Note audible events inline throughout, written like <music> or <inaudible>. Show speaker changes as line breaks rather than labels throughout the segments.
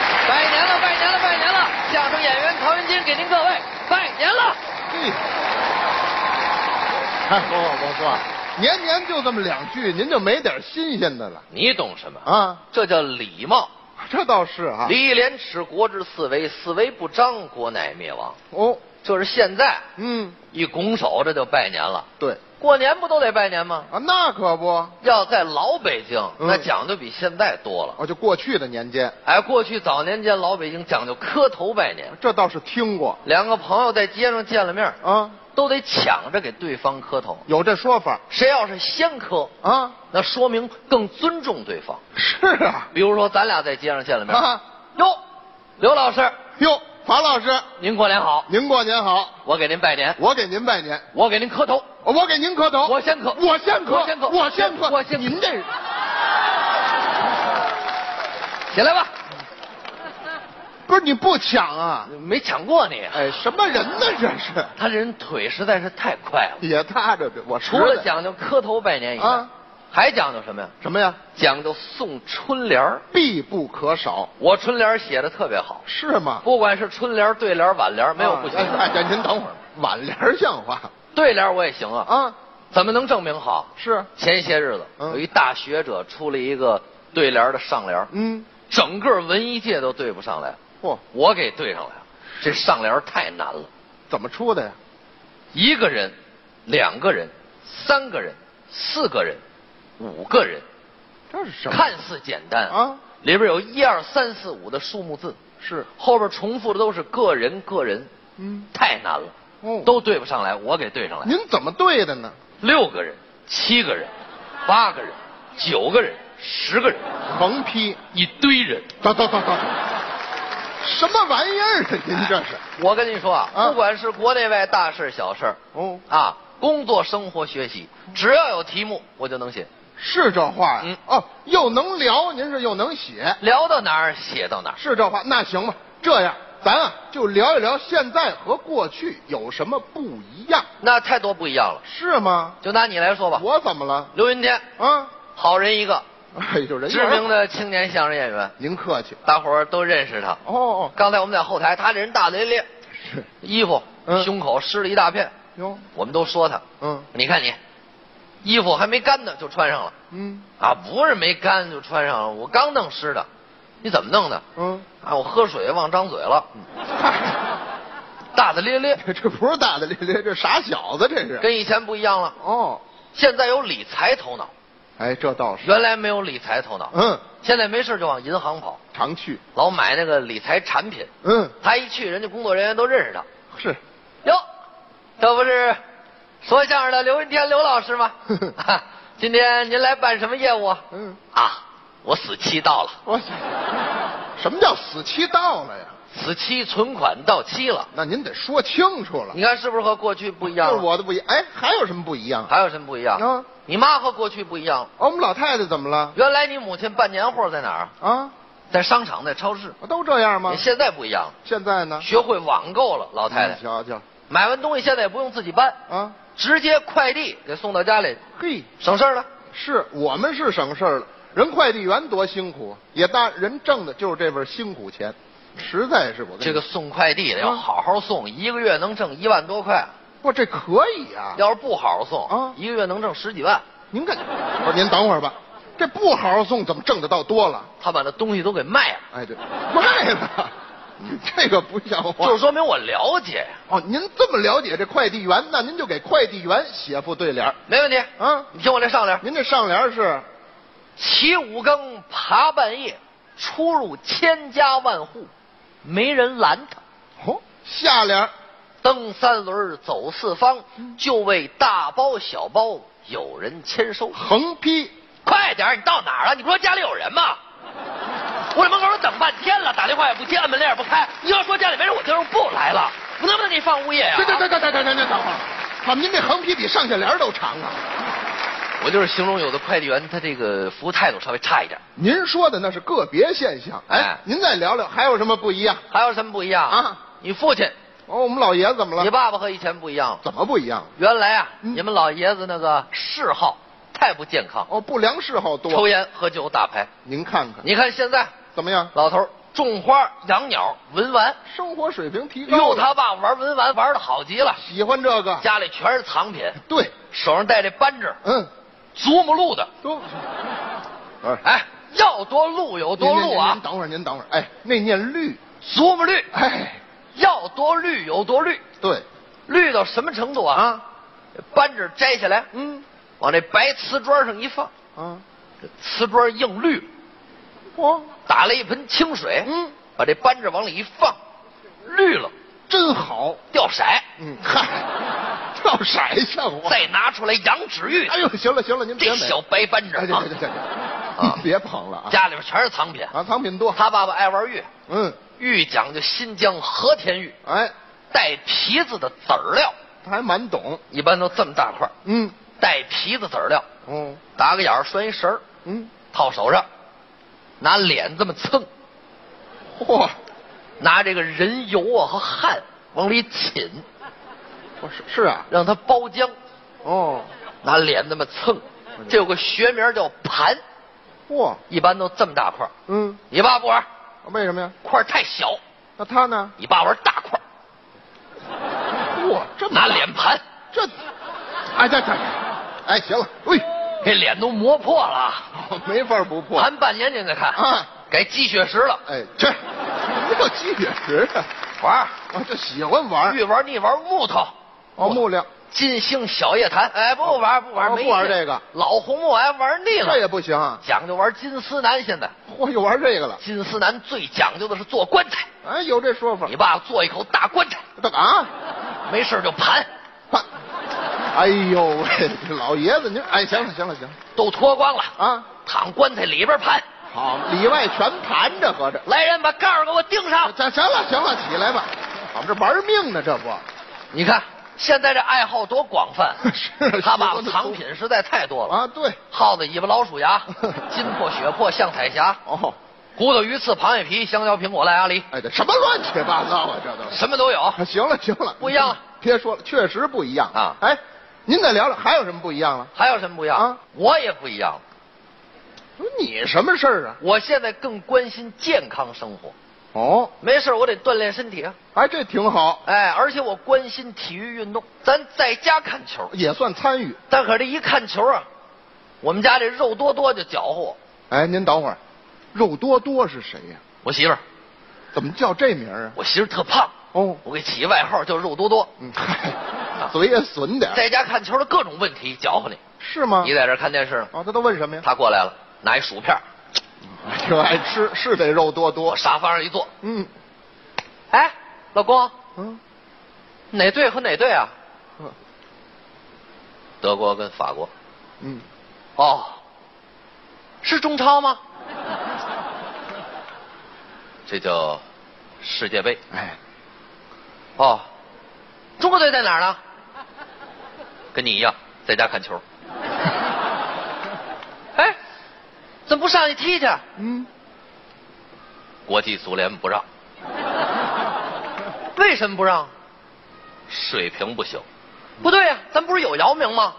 年了，拜年了！相声演员曹云金给您各位拜年
<laughs>
了。
嘿，哎，不错不错，年年就这么两句，您就没点新鲜的了
你懂什么？
啊？
这叫礼貌。
这倒是啊。
礼廉耻，国之四维，四维不张，国乃灭亡。
哦，
就是现在
嗯，
一拱手，这就拜年了。
对
过年不都得拜年吗？
啊，那可不，
要在老北京，
嗯
那讲究比现在多了。
哦，就过去的年间，
哎，过去早年间老北京讲究磕头拜年，
这倒是听过
两个朋友在街上见了面，
啊，
都得抢着给对方磕头。
有这说法
谁要是先磕，
啊。
那说明更尊重对方。
是啊，
比如说，咱俩在街上见了面，
啊，
哟，刘老师，
哟，法老师，
您过年好，
您过年好，
我给您拜年，
我给您拜年，哦
我给您磕头，
我给您磕头，
我先磕，
我先磕，
我先磕，
我先磕，
我先磕，
您这人
起来吧，
不是你不抢啊？
没抢过你，
哎，什么人呢？这是
他这人腿实在是太快了，
也踏着这，我
除
实
了
在
讲究磕头拜年以外
啊，
还讲究什么呀？
什么呀，
讲究送春联儿。
必不可少，
我春联儿写的特别好，
是吗？
不管是春联儿、对联儿、挽联儿，啊没有不行
哎哎，
的。
哎您等会儿，挽联儿像话
对联儿我也行啊，
啊？
怎么能证明好？
是，
前些日子，
嗯
有一大学者出了一个对联儿的上联儿，
嗯，
整个文艺界都对不上来，
嚯，
我给对上来了。这上联儿太难了，
怎么出的呀？
一个人、两个人、三个人、四个人、五个人，
这是什么？
看似简单
啊，
里边有一二三四五的数目字，
是，
后边重复的都是个人个人，
嗯，
太难了，
哦，
都对不上来，我给对上来。
您怎么对的呢？
六个人、七个人、八个人、九个人、十个人，
横批，
一堆人。
等等等等，什么玩意儿啊？您这是？
我跟你说啊，
啊
不管是国内外大事小事儿
哦，
啊，工作、生活、学习，只要有题目，我就能写。
是这话呀？
嗯
哦，又能聊，您是又能写，
聊到哪儿写到哪儿。
是这话。那行吧，这样咱啊就聊一聊现在和过去有什么不一样，
那太多不一样了。
是吗？
就拿你来说吧，
我怎么了？
刘云天，
啊，
好人一个，
哎，就人缘
知名。的青年相声演员，
您客气。
大伙儿都认识他。
哦哦，
刚才我们在后台，他这人大咧咧，
是
衣服、
嗯
胸口湿了一大片，
哟，
我们都说他。
嗯
你看你，衣服还没干呢就穿上了
嗯
啊，不是没干就穿上了，我刚弄湿的，你怎么弄的？
嗯， <laughs>
啊，我喝水忘张嘴了， <laughs> 大大咧咧，
这这不是大大咧咧，这傻小子，这是。
跟以前不一样了。
哦，
现在有理财头脑，
哎，这倒是。
原来没有理财头脑，
嗯，
现在没事就往银行跑，
常去。
老买那个理财产品。
嗯，
他一去，人家工作人员都认识他。
是。
哟，这不是说相声的刘云天刘老师吗？ <laughs> 啊今天您来办什么业务啊？
嗯，
啊，我死期到了，
我什么叫死期到了呀？
死期存款到期了。
那您得说清楚了。
你看是不是和过去不一样
就是
了？
我的不一样。哎，还有什么不一样？
还有什么不一样？
啊
你妈和过去不一样了。
哦，我们老太太怎么了？
原来你母亲办年货在哪儿啊？
啊，
在商场，在超市。
都这样吗
你？现在不一样了，
现在呢？
学会网购了，老太太
你瞧瞧
买完东西现在也不用自己搬，
啊，
直接快递给送到家里，
嘿，
省事儿了。
是我们是省事儿了。人快递员多辛苦，啊也大人挣的就是这份辛苦钱，实在是我跟你
这个送快递的要
啊
好好送，一个月能挣一万多块；
不这可以啊。
要是不好好送，
啊
一个月能挣十几万。
您看，不是您等会儿吧，这不好好送怎么挣得到多了？
他把那东西都给卖了，
哎，对，卖了，这个不像话。
就说明我了解呀，
哦，您这么了解这快递员，那您就给快递员写副对联儿
没问题。
啊。
你听我这上联：
您这上联儿是
起五更，爬半夜，出入千家万户，没人拦他。
哦，下联儿
蹬三轮，走四方，
嗯
就为大包小包有人签收。
横批，
快点儿，你到哪儿了？你不说家里有人吗？我这门口都等半天了，打电话也不接，按门铃也不开。你要说家里没人，我今儿不来了。我能不能给你放物业哎呀、
对对对对对对对，等会儿，怎么您这横批比上下联儿都长啊？
我就是形容有的快递员他这个服务态度稍微差一点。
您说的那是个别现象，
哎
哎，您再聊聊还有什么不一样？
还有什么不一样
啊？
你父亲、
哦，我们老爷子怎么
你
了？
爸爸和以前不一样了。
怎么不一样？
原来啊，
嗯
你们老爷子那个嗜好太不健康，
哦，不良嗜好多，
抽烟、喝酒、打牌。
您看看，
你看现在
怎么样？
老头儿种花、养鸟、文玩。
生活水平提高
哟，
了，
他爸爸玩文玩玩的好极了，
喜欢这个，
家里全是藏品，
对，
手上戴这扳指，
嗯，
祖母绿的。
都，哎，
哎，要多绿有多
您
绿
您
啊
您，等会儿，您等会儿，哎，那念绿，
祖母绿，
哎，
要多绿有多绿，
对，
绿到什么程度啊？
啊，
扳指摘下来，
嗯，
往那白瓷砖上一放，
啊，
这瓷砖映绿了，
哇，
打了一盆清水，
嗯，
把这扳指往里一放，绿了，
真好，
掉色，
嗯， <laughs> 嗨，跳色像话，
再拿出来羊脂玉，
哎呦，行了行了，您别
这
美，
小白扳指
哎，
啊
对对对，您别捧了啊，
家里边全是藏品。
啊，藏品多，
他爸爸爱玩玉，
嗯，
玉讲究新疆和田玉，
哎，
带皮子的籽儿料，
他还蛮懂，
一般都这么大块儿，
嗯，
带皮子籽儿料，
哦，
打个眼儿拴一绳儿，
嗯，
套手上，拿脸这么
<laughs>
蹭，
嚯，
拿这个人油啊和汗往里浸，
我是是啊，
让它包浆，
哦，
拿脸这么蹭，这有个学名叫盘，
嚯，
一般都这么大块儿。
嗯，
你爸不玩，
为什么呀？
块儿太小，
那他呢？
你爸玩大块儿，
嚯，这么
拿
大
脸盘，
这，哎，这这，哎，行了，喂，
这脸都磨破了，
没法不破。
盘半年您再看，
啊
该积血石了。
哎，这什么叫鸡血石啊？
玩
我就喜欢玩
越玩腻玩木头，
哦，木料
金星小夜谭，哎，不玩不玩，
哦
没
不玩
劲
这个
老红木哎玩腻
这
了，
也不行啊！
讲究玩金丝楠。现在
嚯，又玩这个了。
金丝楠最讲究的是做棺材，
哎，有这说法
你。爸做一口大棺材，
这啊，
没事就盘，
他，哎呦喂，这老爷子您，哎，行了行了行了
都脱光了，
啊，
躺棺材里边盘。
好，里外全盘着合着。
来人，把盖儿给我钉上。
这行了行了，起来吧，我们这玩命呢，这不，
你看现在这爱好多广泛，
<laughs> 是
他爸爸藏品实在太多了，
啊对，
耗子尾巴、老鼠
<laughs>
牙、金破、血破、象彩匣、
哦，
骨头、鱼刺、螃蟹皮、香蕉、苹果、烂鸭梨，
哎，这什么乱七八糟啊，这都是。
什么都
<laughs>
有。
啊行了行了，
不一样了，
别说了，确实不一样
啊
哎，您再聊聊，还有什么不一样了？
还有什么不一样？
啊
我也不一样了。
不是你什么事儿啊？
我现在更关心健康生活，
哦，
没事儿我得锻炼身体啊。
哎，这挺好，
哎，而且我关心体育运动。咱在家看球，
也算参与。
但可这一看球啊，我们家这肉多多就搅和我。
哎，您等会儿，肉多多是谁呀、
我媳妇儿，
怎么叫这名儿啊？
我媳妇儿特胖，
哦，
我给起一外号叫肉多多。 <laughs>
嗯，啊嗨， <laughs>
啊
嘴也损点儿，
在家看球的各种问题搅和你，
是吗
你？在这儿看电视呢，
啊哦，他都问什么呀？
他过来了，拿一薯片儿，
<laughs> 哎就爱吃，是得肉多
我
多。
沙发上一坐，
嗯
哎，老公，
嗯
哪队和哪队啊？
嗯
德国跟法国。
嗯，
哦，是中超吗？ <laughs> 这叫世界杯。
哎，
哦，中国队在哪儿呢？跟你一样，在家看球。 <laughs> 哎，怎么不上去踢去？
嗯，
国际足联不让。为什么不让？水平不行。不对呀、啊咱不是有姚明吗？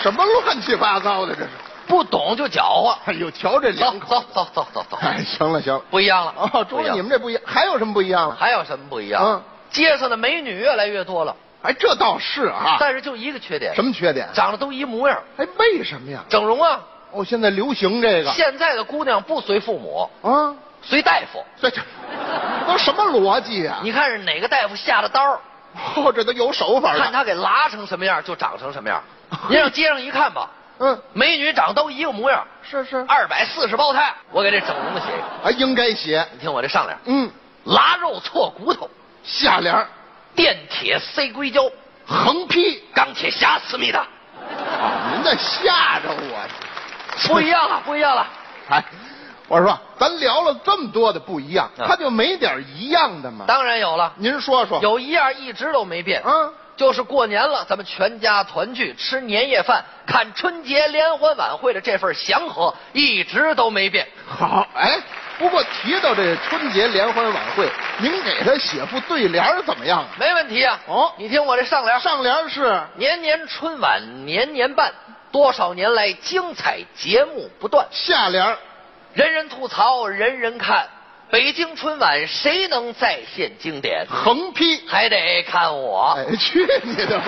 什么乱七八糟的这是？
不懂就搅和。
哎呦，瞧这
走
两口。
走走走走走，
哎，行了行了。
不一样了。
哦，
不
除
一
了
样
你们这不一样，还有什么不一样了？啊
还有什么不一样？
嗯
街上的美女越来越多了，
哎，这倒是啊。
但是就一个缺点，
什么缺点？
长得都一模样，
哎，为什么呀？
整容啊！
哦，现在流行这个
现在的姑娘不随父母，
啊，
随大夫。
这这这都什么逻辑呀、
你看是哪个大夫下的刀，
哦，这都有手法
看
了。
他给拉成什么样就长成什 <laughs> 么样。
嘿
您让街上一看吧，
嗯，
美女长都一个模样，
是是，
二百四十胞胎。我给这整容的写一个，
啊，应该写。
你听我这上联：
嗯，
拉肉错骨头，
下联儿
电铁塞硅胶，
横批。
钢铁侠思密达。
啊，您在吓着我。
不一样了，啊不一样了。
哎，我说咱聊了这么多的不一样，
嗯
他就没点一样的吗？
当然有了，
您说说。
有一样一直都没变。
啊，
就是过年了，咱们全家团聚吃年夜饭，看春节联欢晚会的这份祥和一直都没变。
好，哎，不过提到这春节联欢晚会，您给他写副对联儿怎么样啊？
没问题啊。
哦
你听我这上联：
上联儿是
年年春晚年年办，多少年来精彩节目不断。
下联儿
人人吐槽，人人看。北京春晚谁
<laughs>
能再现经典？
横批，
还得看我。
哎哎，去你的吧！